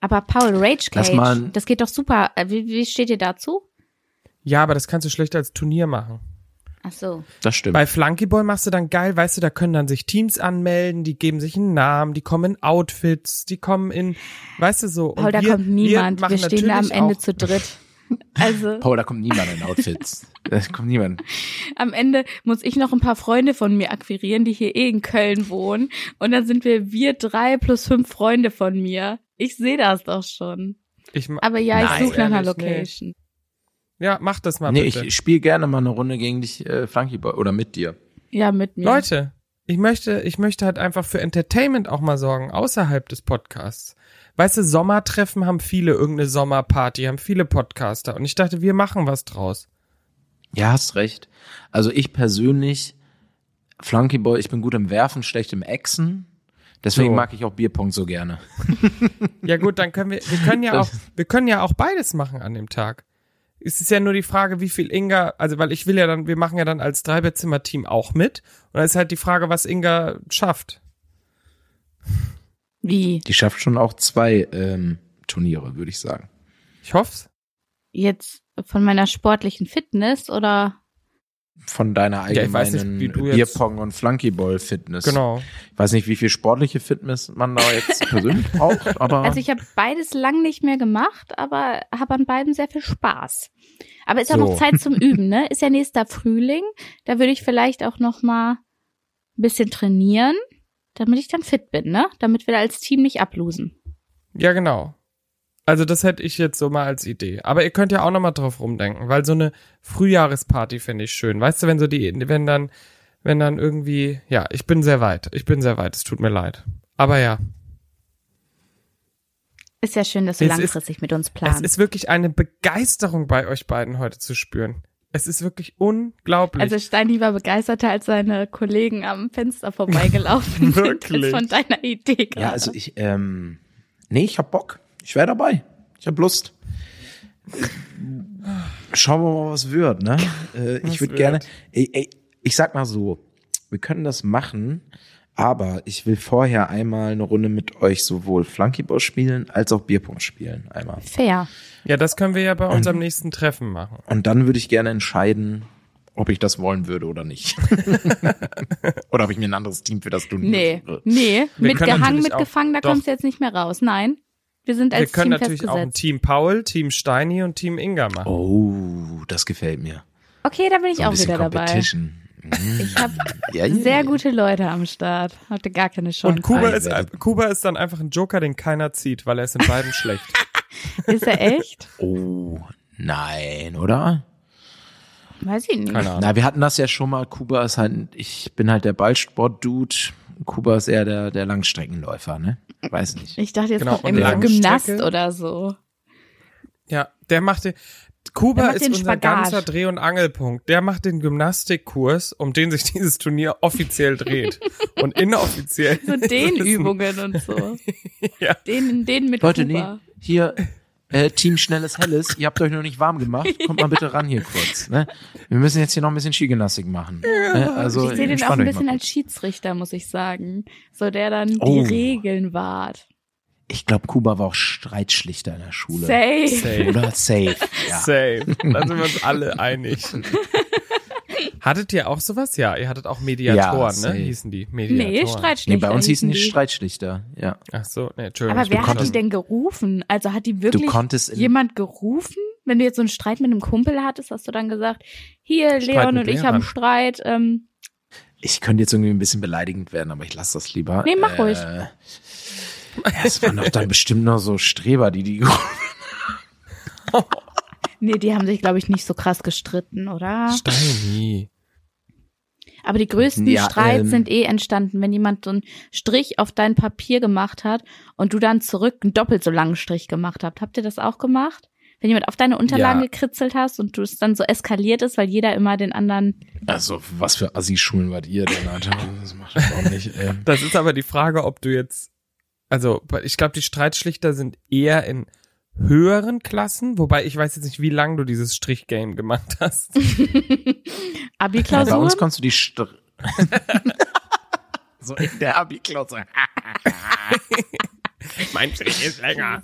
Speaker 1: Aber Paul, Rage
Speaker 3: Lass
Speaker 1: Cage,
Speaker 3: mal-
Speaker 1: das geht doch super. Äh, Wie, wie steht ihr dazu?
Speaker 4: Ja, aber das kannst du schlechter als Turnier machen.
Speaker 1: Ach so.
Speaker 3: Das stimmt.
Speaker 4: Bei Flunkyball machst du dann geil, weißt du, da können dann sich Teams anmelden, die geben sich einen Namen, die kommen in Outfits, die kommen in, weißt du so. und
Speaker 1: Paul, da
Speaker 4: wir-
Speaker 1: kommt niemand. Wir,
Speaker 4: machen
Speaker 1: stehen da am
Speaker 4: natürlich
Speaker 1: Ende
Speaker 4: auch-
Speaker 1: zu dritt. Also
Speaker 3: Paul, da kommt niemand in Outfits. da kommt niemand.
Speaker 1: am Ende muss ich noch ein paar Freunde von mir akquirieren, die hier eh in Köln wohnen. Und dann sind wir wir drei plus fünf Freunde von mir. Ich sehe das doch schon.
Speaker 4: Ich, ma-
Speaker 1: Aber ja,
Speaker 4: Nein,
Speaker 1: ich suche nach einer
Speaker 4: ehrlich, nee.
Speaker 1: Location.
Speaker 4: ja, mach das mal
Speaker 3: Nee,
Speaker 4: bitte.
Speaker 3: ich spiele gerne mal eine Runde gegen dich, äh, Flunkyball, oder mit dir.
Speaker 1: Ja, mit mir.
Speaker 4: Leute, ich möchte, ich möchte halt einfach für Entertainment auch mal sorgen, außerhalb des Podcasts. Weißt du, Sommertreffen haben viele, irgendeine Sommerparty, haben viele Podcaster. Und ich dachte, wir machen was draus.
Speaker 3: Ja, hast recht. Also ich persönlich, Flunkyball, ich bin gut im Werfen, schlecht im Echsen. Deswegen
Speaker 4: So.
Speaker 3: mag ich auch Bierpong so gerne.
Speaker 4: Ja gut, dann können wir, wir können ja auch,
Speaker 3: Das-
Speaker 4: wir können ja auch beides machen an dem Tag. Es ist ja nur die Frage, wie viel Inga, also weil ich will ja dann, wir machen ja dann als Dreibettzimmer-Team auch mit. Und dann ist halt die Frage, was Inga schafft.
Speaker 1: Wie?
Speaker 3: Die schafft schon auch zwei ähm, Turniere, würde ich sagen.
Speaker 4: Ich hoff's.
Speaker 1: Jetzt von meiner sportlichen Fitness oder?
Speaker 3: Von deiner
Speaker 4: Ja, ich weiß nicht,
Speaker 3: allgemeinen
Speaker 4: wie du jetzt-
Speaker 3: Bierpong- und Flunkyball-Fitness.
Speaker 4: Genau.
Speaker 3: Ich weiß nicht, wie viel sportliche Fitness man da jetzt persönlich braucht, aber
Speaker 1: Also ich habe beides lang nicht mehr gemacht, aber habe an beiden sehr viel Spaß. Aber ist ja
Speaker 3: So.
Speaker 1: noch Zeit zum Üben, ne? Ist ja nächster Frühling. Da würde ich vielleicht auch noch mal ein bisschen trainieren, damit ich dann fit bin, ne? Damit wir da als Team nicht ablosen.
Speaker 4: Ja, genau. Also das hätte ich jetzt so mal als Idee. Aber ihr könnt ja auch nochmal drauf rumdenken, weil so eine Frühjahresparty finde ich schön. Weißt du, wenn so die, wenn dann, wenn dann irgendwie, ja, ich bin sehr weit. Ich bin sehr weit. Es tut mir leid. Aber ja,
Speaker 1: Ist ja schön, dass du
Speaker 4: Es ist-
Speaker 1: langfristig mit uns
Speaker 4: es
Speaker 1: planst.
Speaker 4: ist wirklich eine Begeisterung bei euch beiden heute zu spüren. Es ist wirklich unglaublich.
Speaker 1: Also Steini war begeisterter als seine Kollegen am Fenster vorbeigelaufen sind
Speaker 4: Wirklich?
Speaker 1: von deiner Idee.
Speaker 3: Ja, also ich, ähm, nee, ich hab Bock. Ich wäre dabei. Ich hab Lust. Schauen wir mal, was wird, ne? Äh, ich
Speaker 4: Was
Speaker 3: würde
Speaker 4: wird?
Speaker 3: gerne, ey, ey, ich sag mal so, wir können das machen, aber ich will vorher einmal eine Runde mit euch sowohl Flunkyball spielen als auch Bierpunkt spielen, einmal.
Speaker 1: Fair.
Speaker 4: ja, das können wir ja bei unserem nächsten Treffen machen.
Speaker 3: Und dann würde ich gerne entscheiden, ob ich das wollen würde oder nicht. oder ob ich mir ein anderes Team für das Turnier
Speaker 1: Nee,
Speaker 3: suche.
Speaker 1: nee.
Speaker 4: Wir
Speaker 1: mit
Speaker 4: können
Speaker 1: gehangen,
Speaker 4: natürlich
Speaker 1: mit
Speaker 4: auch-
Speaker 1: gefangen, da
Speaker 4: doch.
Speaker 1: kommst du jetzt nicht mehr raus. Nein. Wir sind
Speaker 4: Wir
Speaker 1: als
Speaker 4: können
Speaker 1: Team
Speaker 4: natürlich auch ein
Speaker 1: festgesetzt.
Speaker 4: Team Paul, Team Steini und Team Inga machen.
Speaker 3: Oh, das gefällt mir.
Speaker 1: Okay, da bin ich
Speaker 3: So ein
Speaker 1: auch
Speaker 3: bisschen
Speaker 1: wieder dabei.
Speaker 3: Competition. Mm.
Speaker 1: Ich habe
Speaker 3: Ja, ja, ja.
Speaker 1: sehr gute Leute am Start. Hatte gar keine Chance.
Speaker 4: Und Kuba
Speaker 3: Ich
Speaker 4: ist, äh,
Speaker 3: werde-
Speaker 4: Kuba ist dann einfach ein Joker, den keiner zieht, weil er ist in beiden schlecht.
Speaker 1: Ist er echt?
Speaker 3: Oh, nein, oder?
Speaker 1: Weiß ich nicht.
Speaker 4: Keine Ahnung.
Speaker 3: Na, wir hatten das ja schon mal. Kuba ist halt, ich bin halt der Ballsport-Dude. Kuba ist eher der, der Langstreckenläufer, ne? Weiß nicht.
Speaker 1: Ich dachte, jetzt
Speaker 4: Genau,
Speaker 1: kommt irgendwie
Speaker 4: und
Speaker 1: so ein Gymnast
Speaker 4: Langstrecke.
Speaker 1: oder so.
Speaker 4: Ja, der macht den.
Speaker 1: Der
Speaker 4: Kuba
Speaker 1: macht
Speaker 4: ist
Speaker 1: den
Speaker 4: unser
Speaker 1: Spagat.
Speaker 4: ganzer Dreh- und Angelpunkt. Der macht den Gymnastikkurs, um den sich dieses Turnier offiziell dreht. und inoffiziell.
Speaker 1: So
Speaker 4: Übung.
Speaker 1: Dehnübungen und so.
Speaker 4: Ja.
Speaker 1: Den, den mit
Speaker 3: Leute, nee,
Speaker 1: Kuba.
Speaker 3: hier, äh, Team Schnelles Helles, ihr habt euch noch nicht warm gemacht. Kommt mal bitte ran hier kurz, ne? Wir müssen jetzt hier noch ein bisschen Skigymnastik machen. Ne? Also,
Speaker 1: ich sehe den auch ein
Speaker 3: entspannt euch mal
Speaker 1: bisschen
Speaker 3: kurz.
Speaker 1: als Schiedsrichter, muss ich sagen. So der dann
Speaker 3: Oh.
Speaker 1: die Regeln wahrt.
Speaker 3: Ich glaube, Kuba war auch Streitschlichter in der Schule.
Speaker 1: Safe.
Speaker 4: Safe.
Speaker 3: Oder safe. Ja.
Speaker 4: Safe. Da sind wir uns alle einig. Hattet ihr auch sowas? Ja, ihr hattet auch Mediatoren,
Speaker 3: safe.
Speaker 4: ne? Hießen die. Mediatoren.
Speaker 1: Nee,
Speaker 3: Nee,
Speaker 1: Streitschlichter.
Speaker 3: bei uns hießen die
Speaker 1: hießen
Speaker 3: Streitschlichter, ja.
Speaker 4: Ach so, nee, Entschuldigung.
Speaker 1: Aber
Speaker 4: ich
Speaker 1: wer
Speaker 4: bin
Speaker 1: hat die
Speaker 4: schon-
Speaker 1: denn gerufen? Also hat die
Speaker 3: Du
Speaker 1: wirklich
Speaker 3: konntest in
Speaker 1: jemand gerufen? Wenn du jetzt so einen Streit mit einem Kumpel hattest, hast du dann gesagt, hier,
Speaker 4: Streit
Speaker 1: Leon
Speaker 4: mit
Speaker 1: und ich
Speaker 4: Lehrern.
Speaker 1: haben Streit. Ähm,
Speaker 3: Ich könnte jetzt irgendwie ein bisschen beleidigend werden, aber ich lasse das lieber. Äh,
Speaker 1: Nee, mach ruhig.
Speaker 3: Ja, Es waren doch dann bestimmt nur so Streber, die die.
Speaker 1: nee, die haben sich, glaube ich, nicht so krass gestritten, oder?
Speaker 4: Steini.
Speaker 1: Aber die größten
Speaker 3: Ja,
Speaker 1: Streits
Speaker 3: ähm,
Speaker 1: sind eh entstanden, wenn jemand so einen Strich auf dein Papier gemacht hat und du dann zurück einen doppelt so langen Strich gemacht habt. Habt ihr das auch gemacht? Wenn jemand auf deine Unterlagen
Speaker 4: Ja.
Speaker 1: gekritzelt hast und du es dann so eskaliert ist, weil jeder immer den anderen.
Speaker 3: Also, was für Assi-Schulen wart ihr denn, Alter? Das macht das auch nicht. Ey.
Speaker 4: Das ist aber die Frage, ob du jetzt, also ich glaube, die Streitschlichter sind eher in höheren Klassen, wobei ich weiß jetzt nicht, wie lange du dieses Strichgame gemacht hast.
Speaker 3: Ja, bei
Speaker 1: Abi-Klausuren?
Speaker 3: uns konntest du die. Str so in der Abi-Klausel.
Speaker 4: Ah. mein Strich ist länger.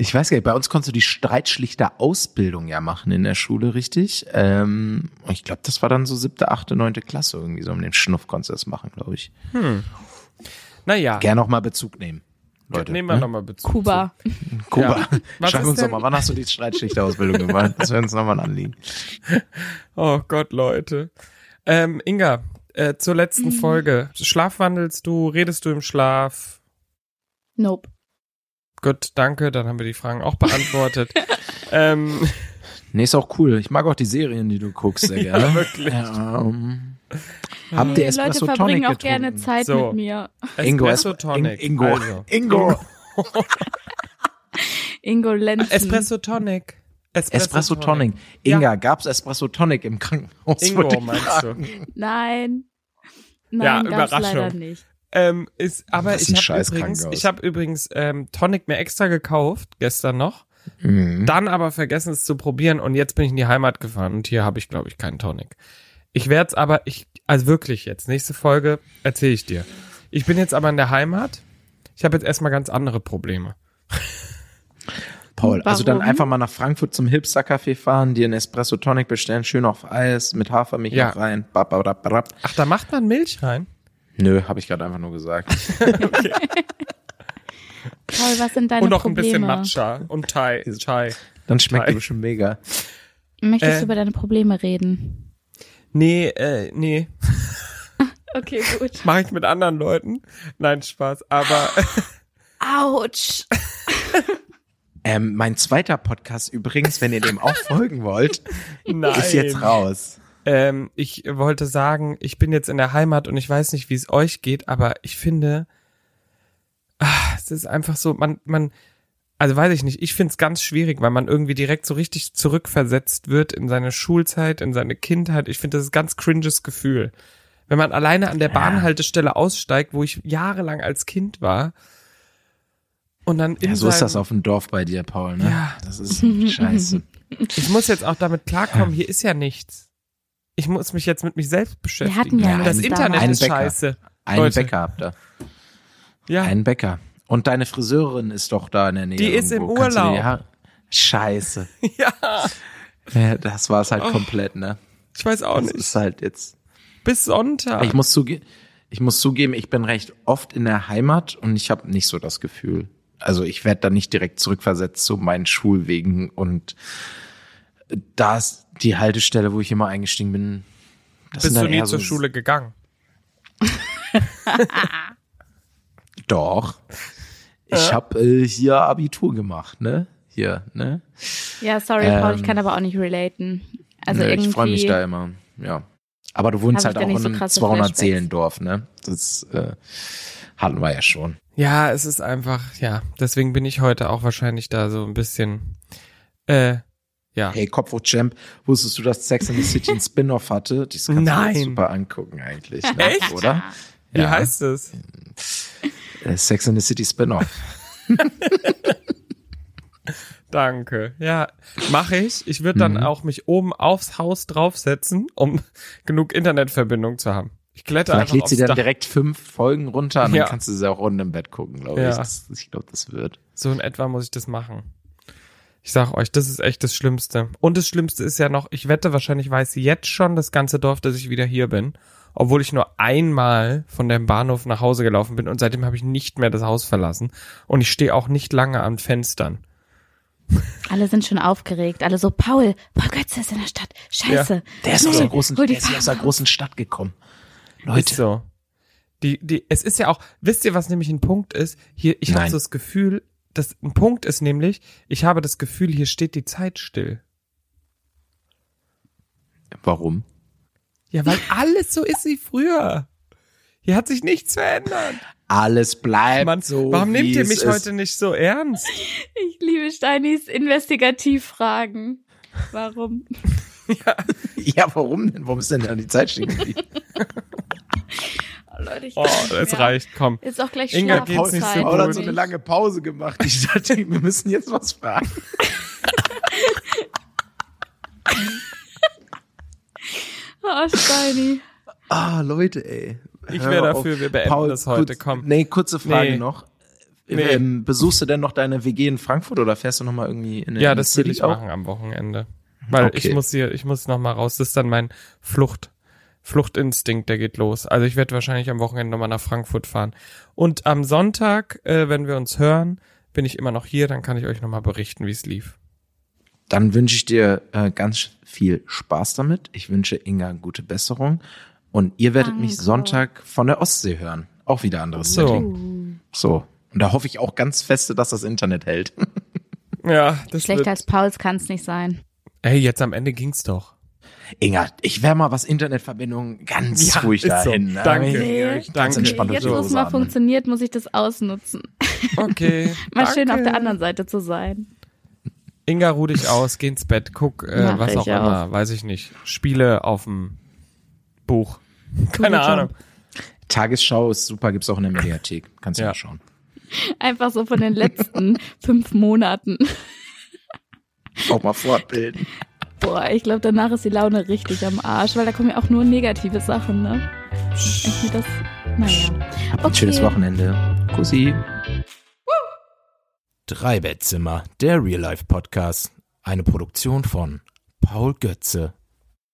Speaker 3: Ich weiß gar nicht, bei uns konntest du die Streitschlichter-Ausbildung ja machen in der Schule, richtig? Ähm, ich glaube, das war dann so siebte, achte, neunte Klasse irgendwie so. Um den Schnuff konntest du das machen, glaube ich.
Speaker 4: Naja,
Speaker 3: Gerne auch mal Bezug nehmen. Leute,
Speaker 4: nehmen wir
Speaker 3: ne?
Speaker 4: nochmal Bezug.
Speaker 1: Kuba.
Speaker 3: Kuba,
Speaker 4: Was
Speaker 3: schreib
Speaker 4: ist
Speaker 3: uns doch
Speaker 4: denn-
Speaker 3: mal, wann hast du die Streitschlichterausbildung gemacht? Das wäre uns nochmal ein Anliegen.
Speaker 4: zu. Oh Gott, Leute. Ähm, Inga, äh, zur letzten Folge. Schlafwandelst du, redest du im Schlaf?
Speaker 1: Nope.
Speaker 4: Gut, danke, dann haben wir die Fragen auch beantwortet. ähm,
Speaker 3: Nee, ist auch cool. Ich mag auch die Serien, die du guckst, sehr gerne. ja,
Speaker 4: wirklich.
Speaker 3: ähm, habt ihr
Speaker 1: Die Leute
Speaker 3: Espresso
Speaker 1: verbringen
Speaker 3: Tonic
Speaker 1: auch
Speaker 3: getrunken?
Speaker 1: gerne Zeit
Speaker 4: So.
Speaker 1: mit mir.
Speaker 3: Ingo,
Speaker 4: Espresso
Speaker 3: Esp-
Speaker 4: Tonic.
Speaker 3: In, Ingo,
Speaker 4: Also.
Speaker 3: Ingo,
Speaker 1: Ingo Lenzen.
Speaker 4: Espresso Tonic.
Speaker 3: Espresso Tonic.
Speaker 4: Ja.
Speaker 3: Inga, gab's Espresso Tonic im Krankenhaus? Wollte
Speaker 4: Ingo,
Speaker 3: ich
Speaker 4: meinst
Speaker 3: fragen.
Speaker 4: du?
Speaker 1: Nein. Nein,
Speaker 4: Ja,
Speaker 1: gab's
Speaker 4: Überraschung.
Speaker 1: leider nicht.
Speaker 4: Ähm, ist, aber
Speaker 3: Das ist ein
Speaker 4: ich habe
Speaker 3: scheiß
Speaker 4: übrigens,
Speaker 3: Krankenhaus.
Speaker 4: ich hab übrigens ähm, Tonic mir extra gekauft, gestern noch,
Speaker 3: Mhm.
Speaker 4: dann aber vergessen es zu probieren und jetzt bin ich in die Heimat gefahren und hier habe ich, glaube ich, keinen Tonic. Ich werde es aber, ich, also wirklich jetzt, nächste Folge erzähle ich dir. Ich bin jetzt aber in der Heimat, ich habe jetzt erstmal ganz andere Probleme.
Speaker 3: Paul, also dann
Speaker 1: Warum?
Speaker 3: einfach mal nach Frankfurt zum Hipster-Café fahren, dir einen Espresso Tonic bestellen, schön auf Eis, mit Hafermilch
Speaker 4: Ja.
Speaker 3: noch rein. Bap, bap, bap, bap.
Speaker 4: Ach, da macht man Milch rein?
Speaker 3: Nö, habe ich gerade einfach nur gesagt.
Speaker 1: Paul, was sind deine
Speaker 4: und noch ein bisschen
Speaker 1: Probleme?
Speaker 4: Matcha und Thai. Thai.
Speaker 3: Dann schmeckt
Speaker 4: Geil.
Speaker 3: die bestimmt mega.
Speaker 1: Möchtest
Speaker 4: Äh.
Speaker 1: du über deine Probleme reden?
Speaker 4: Nee, äh, nee,
Speaker 1: Okay, gut.
Speaker 4: mache ich mit anderen Leuten. Nein, Spaß, aber
Speaker 1: Autsch.
Speaker 3: Ähm, mein zweiter Podcast übrigens, wenn ihr dem auch folgen wollt,
Speaker 4: nein.
Speaker 3: ist jetzt raus.
Speaker 4: Ähm, ich wollte sagen, ich bin jetzt in der Heimat und ich weiß nicht, wie es euch geht, aber ich finde, ah, es ist einfach so, man, man, also weiß ich nicht, ich find's ganz schwierig, weil man irgendwie direkt so richtig zurückversetzt wird in seine Schulzeit, in seine Kindheit. Ich find das ist ein ganz cringes Gefühl. Wenn man alleine an der Bahnhaltestelle aussteigt, wo ich jahrelang als Kind war, und dann in
Speaker 3: Ja, so ist
Speaker 4: seinem-
Speaker 3: das auf dem Dorf bei dir, Paul, ne?
Speaker 4: Ja.
Speaker 3: Das ist
Speaker 4: Mhm.
Speaker 3: scheiße.
Speaker 4: Ich muss jetzt auch damit klarkommen, hier ist ja nichts. Ich muss mich jetzt mit mich selbst beschäftigen.
Speaker 1: hatten ja
Speaker 3: Ja,
Speaker 4: das
Speaker 3: nichts
Speaker 4: Internet
Speaker 3: damals.
Speaker 4: ist
Speaker 3: Ein Bäcker.
Speaker 4: scheiße.
Speaker 3: Einen
Speaker 4: Leute.
Speaker 3: Bäcker habt ihr.
Speaker 4: Ja.
Speaker 3: Einen Bäcker. Und deine Friseurin ist doch da in der Nähe.
Speaker 4: Die ist im
Speaker 3: irgendwo. Kannst du dir die
Speaker 4: Urlaub.
Speaker 3: Haare- scheiße.
Speaker 4: ja.
Speaker 3: Ja, das war es halt komplett, ne?
Speaker 4: Ich weiß auch
Speaker 3: Das
Speaker 4: Oh. nicht. Ah.
Speaker 3: ist halt jetzt.
Speaker 4: Bis Sonntag.
Speaker 3: Ich muss, zuge ich muss zugeben, ich bin recht oft in der Heimat und ich habe nicht so das Gefühl. Also ich werde da nicht direkt zurückversetzt zu meinen Schulwegen und äh, da ist die Haltestelle, wo ich immer eingestiegen bin. Das sind
Speaker 4: Bist du
Speaker 3: dann
Speaker 4: nie
Speaker 3: eher
Speaker 4: zur
Speaker 3: so-
Speaker 4: Schule gegangen?
Speaker 3: Doch. Ich habe äh, hier Abitur gemacht, ne? Hier, ne?
Speaker 1: Ja, sorry,
Speaker 3: Ähm.
Speaker 1: Paul, ich kann aber auch nicht relaten. Also
Speaker 3: Nö,
Speaker 1: irgendwie.
Speaker 3: ich freue mich da immer, ja. Aber du wohnst
Speaker 1: Hab ich
Speaker 3: halt
Speaker 1: da
Speaker 3: auch in
Speaker 1: nicht so
Speaker 3: einem
Speaker 1: krasse
Speaker 3: 200-Seelendorf, ne? Das äh, hatten wir ja schon.
Speaker 4: Ja, es ist einfach, ja. Deswegen bin ich heute auch wahrscheinlich da so ein bisschen, äh, ja.
Speaker 3: Hey, Kopf hoch, Champ, wusstest du, dass Sex in the City ein Spin-off hatte? Das kannst
Speaker 4: Nein.
Speaker 3: du dir super angucken eigentlich, ne?
Speaker 4: Echt?
Speaker 3: oder?
Speaker 4: Wie heißt es?
Speaker 3: Äh, Sex in the City Spin-off.
Speaker 4: Danke. Ja, mache ich. Ich würde dann auch mich oben aufs Haus draufsetzen, um genug Internetverbindung zu haben. Ich kletter
Speaker 3: Vielleicht
Speaker 4: einfach
Speaker 3: lädt sie
Speaker 4: aufs
Speaker 3: dann
Speaker 4: Dach.
Speaker 3: direkt fünf Folgen runter und
Speaker 4: Ja.
Speaker 3: dann kannst du sie auch unten im Bett gucken, glaube
Speaker 4: Ja.
Speaker 3: ich. Das, ich glaube, das wird.
Speaker 4: So in etwa muss ich das machen. Ich sag euch, das ist echt das Schlimmste. Und das Schlimmste ist ja noch, ich wette, wahrscheinlich weiß jetzt schon das ganze Dorf, dass ich wieder hier bin. Obwohl ich nur einmal von dem Bahnhof nach Hause gelaufen bin und seitdem habe ich nicht mehr das Haus verlassen. Und ich stehe auch nicht lange an Fenstern.
Speaker 1: Alle sind schon aufgeregt. Alle so, Paul, Paul Götze ist in der Stadt. Scheiße.
Speaker 3: Der ist, aus
Speaker 1: Schnell,
Speaker 3: der, großen,
Speaker 1: hol die
Speaker 3: der ist aus der
Speaker 1: Fahne.
Speaker 3: großen Stadt gekommen.
Speaker 4: Ist
Speaker 3: Leute,
Speaker 4: so. Die, die, es ist ja auch, wisst ihr, was nämlich ein Punkt ist? Hier, ich habe
Speaker 3: Nein.
Speaker 4: so das Gefühl, dass ein Punkt ist nämlich, ich habe das Gefühl, hier steht die Zeit still.
Speaker 3: äh, warum?
Speaker 4: Ja, weil alles so ist wie früher. Hier hat sich nichts verändert.
Speaker 3: Alles bleibt
Speaker 4: Mann,
Speaker 3: so.
Speaker 4: warum
Speaker 3: wie
Speaker 4: nehmt ihr
Speaker 3: es
Speaker 4: mich
Speaker 3: ist.
Speaker 4: heute nicht so ernst?
Speaker 1: Ich liebe Steinis Investigativfragen. Warum?
Speaker 4: Oh,
Speaker 3: Ja, warum denn? Warum ist denn da die Zeit stehen geblieben?
Speaker 1: Oh, Leute, ich
Speaker 4: Oh, es reicht, komm.
Speaker 1: Ist auch gleich
Speaker 4: Inga,
Speaker 1: Schlafzeit.
Speaker 4: geht's nicht so
Speaker 3: Paul hat
Speaker 4: gut.
Speaker 3: so Oh, eine lange Pause gemacht. Ich dachte, wir müssen jetzt was fragen.
Speaker 1: Oh, Steini.
Speaker 3: Ah, Leute, ey.
Speaker 4: Ich
Speaker 3: Hör
Speaker 4: wär
Speaker 3: auf.
Speaker 4: dafür, wir beenden das heute, komm.
Speaker 3: Nee, kurze Frage
Speaker 4: Nee.
Speaker 3: noch.
Speaker 4: Nee.
Speaker 3: Ähm, besuchst du denn noch deine WG in Frankfurt oder fährst du noch mal irgendwie in
Speaker 4: Ja,
Speaker 3: in die
Speaker 4: das will
Speaker 3: City
Speaker 4: ich
Speaker 3: auch?
Speaker 4: machen am Wochenende. Weil ich
Speaker 3: Okay.
Speaker 4: muss hier, ich muss noch mal raus. Das ist dann mein Flucht, Fluchtinstinkt, der geht los. Also ich werde wahrscheinlich am Wochenende noch mal nach Frankfurt fahren. Und am Sonntag, äh, wenn wir uns hören, bin ich immer noch hier, dann kann ich euch noch mal berichten, wie es lief.
Speaker 3: Dann wünsche ich dir äh, ganz viel Spaß damit. Ich wünsche Inga gute Besserung und ihr werdet mich
Speaker 1: Danke.
Speaker 3: Sonntag von der Ostsee hören. Auch wieder anderes
Speaker 4: So.
Speaker 3: Setting. So. Und da hoffe ich auch ganz feste, dass das Internet hält.
Speaker 4: Ja, das
Speaker 1: Schlechter
Speaker 4: wird,
Speaker 1: als Pauls kann's nicht sein.
Speaker 4: Ey, jetzt am Ende ging's doch.
Speaker 3: Inga, ich wäre mal was Internetverbindung ganz
Speaker 4: Ja,
Speaker 3: ruhig
Speaker 4: ist so.
Speaker 3: dahin. ne?
Speaker 4: Danke.
Speaker 1: Nee.
Speaker 3: Ganz
Speaker 4: Danke.
Speaker 3: entspannt
Speaker 1: Jetzt,
Speaker 3: durch die
Speaker 1: wo
Speaker 3: Hose
Speaker 1: es mal
Speaker 3: atmen.
Speaker 1: funktioniert, muss ich das ausnutzen.
Speaker 4: Okay.
Speaker 1: Mal schön auf
Speaker 4: danke.
Speaker 1: der anderen Seite zu sein.
Speaker 4: Inga, ruh dich aus, geh ins Bett, guck, äh,
Speaker 1: Mach
Speaker 4: was
Speaker 1: ich
Speaker 4: auch immer, weiß ich nicht. Spiele auf dem Buch. Keine
Speaker 1: Job.
Speaker 4: Ahnung.
Speaker 3: Tagesschau ist super, gibt's auch in der Mediathek. Kannst du
Speaker 4: Ja.
Speaker 3: mal schauen.
Speaker 1: Einfach so von den letzten fünf Monaten.
Speaker 3: Auch mal fortbilden.
Speaker 1: Boah, ich glaube, danach ist die Laune richtig am Arsch, weil da kommen ja auch nur negative Sachen, ne? Irgendwie das, naja.
Speaker 3: Habt ein schönes
Speaker 1: Okay.
Speaker 3: Wochenende. Kussi.
Speaker 2: Dreibettzimmer, der Real Life Podcast. Eine Produktion von Paul Götze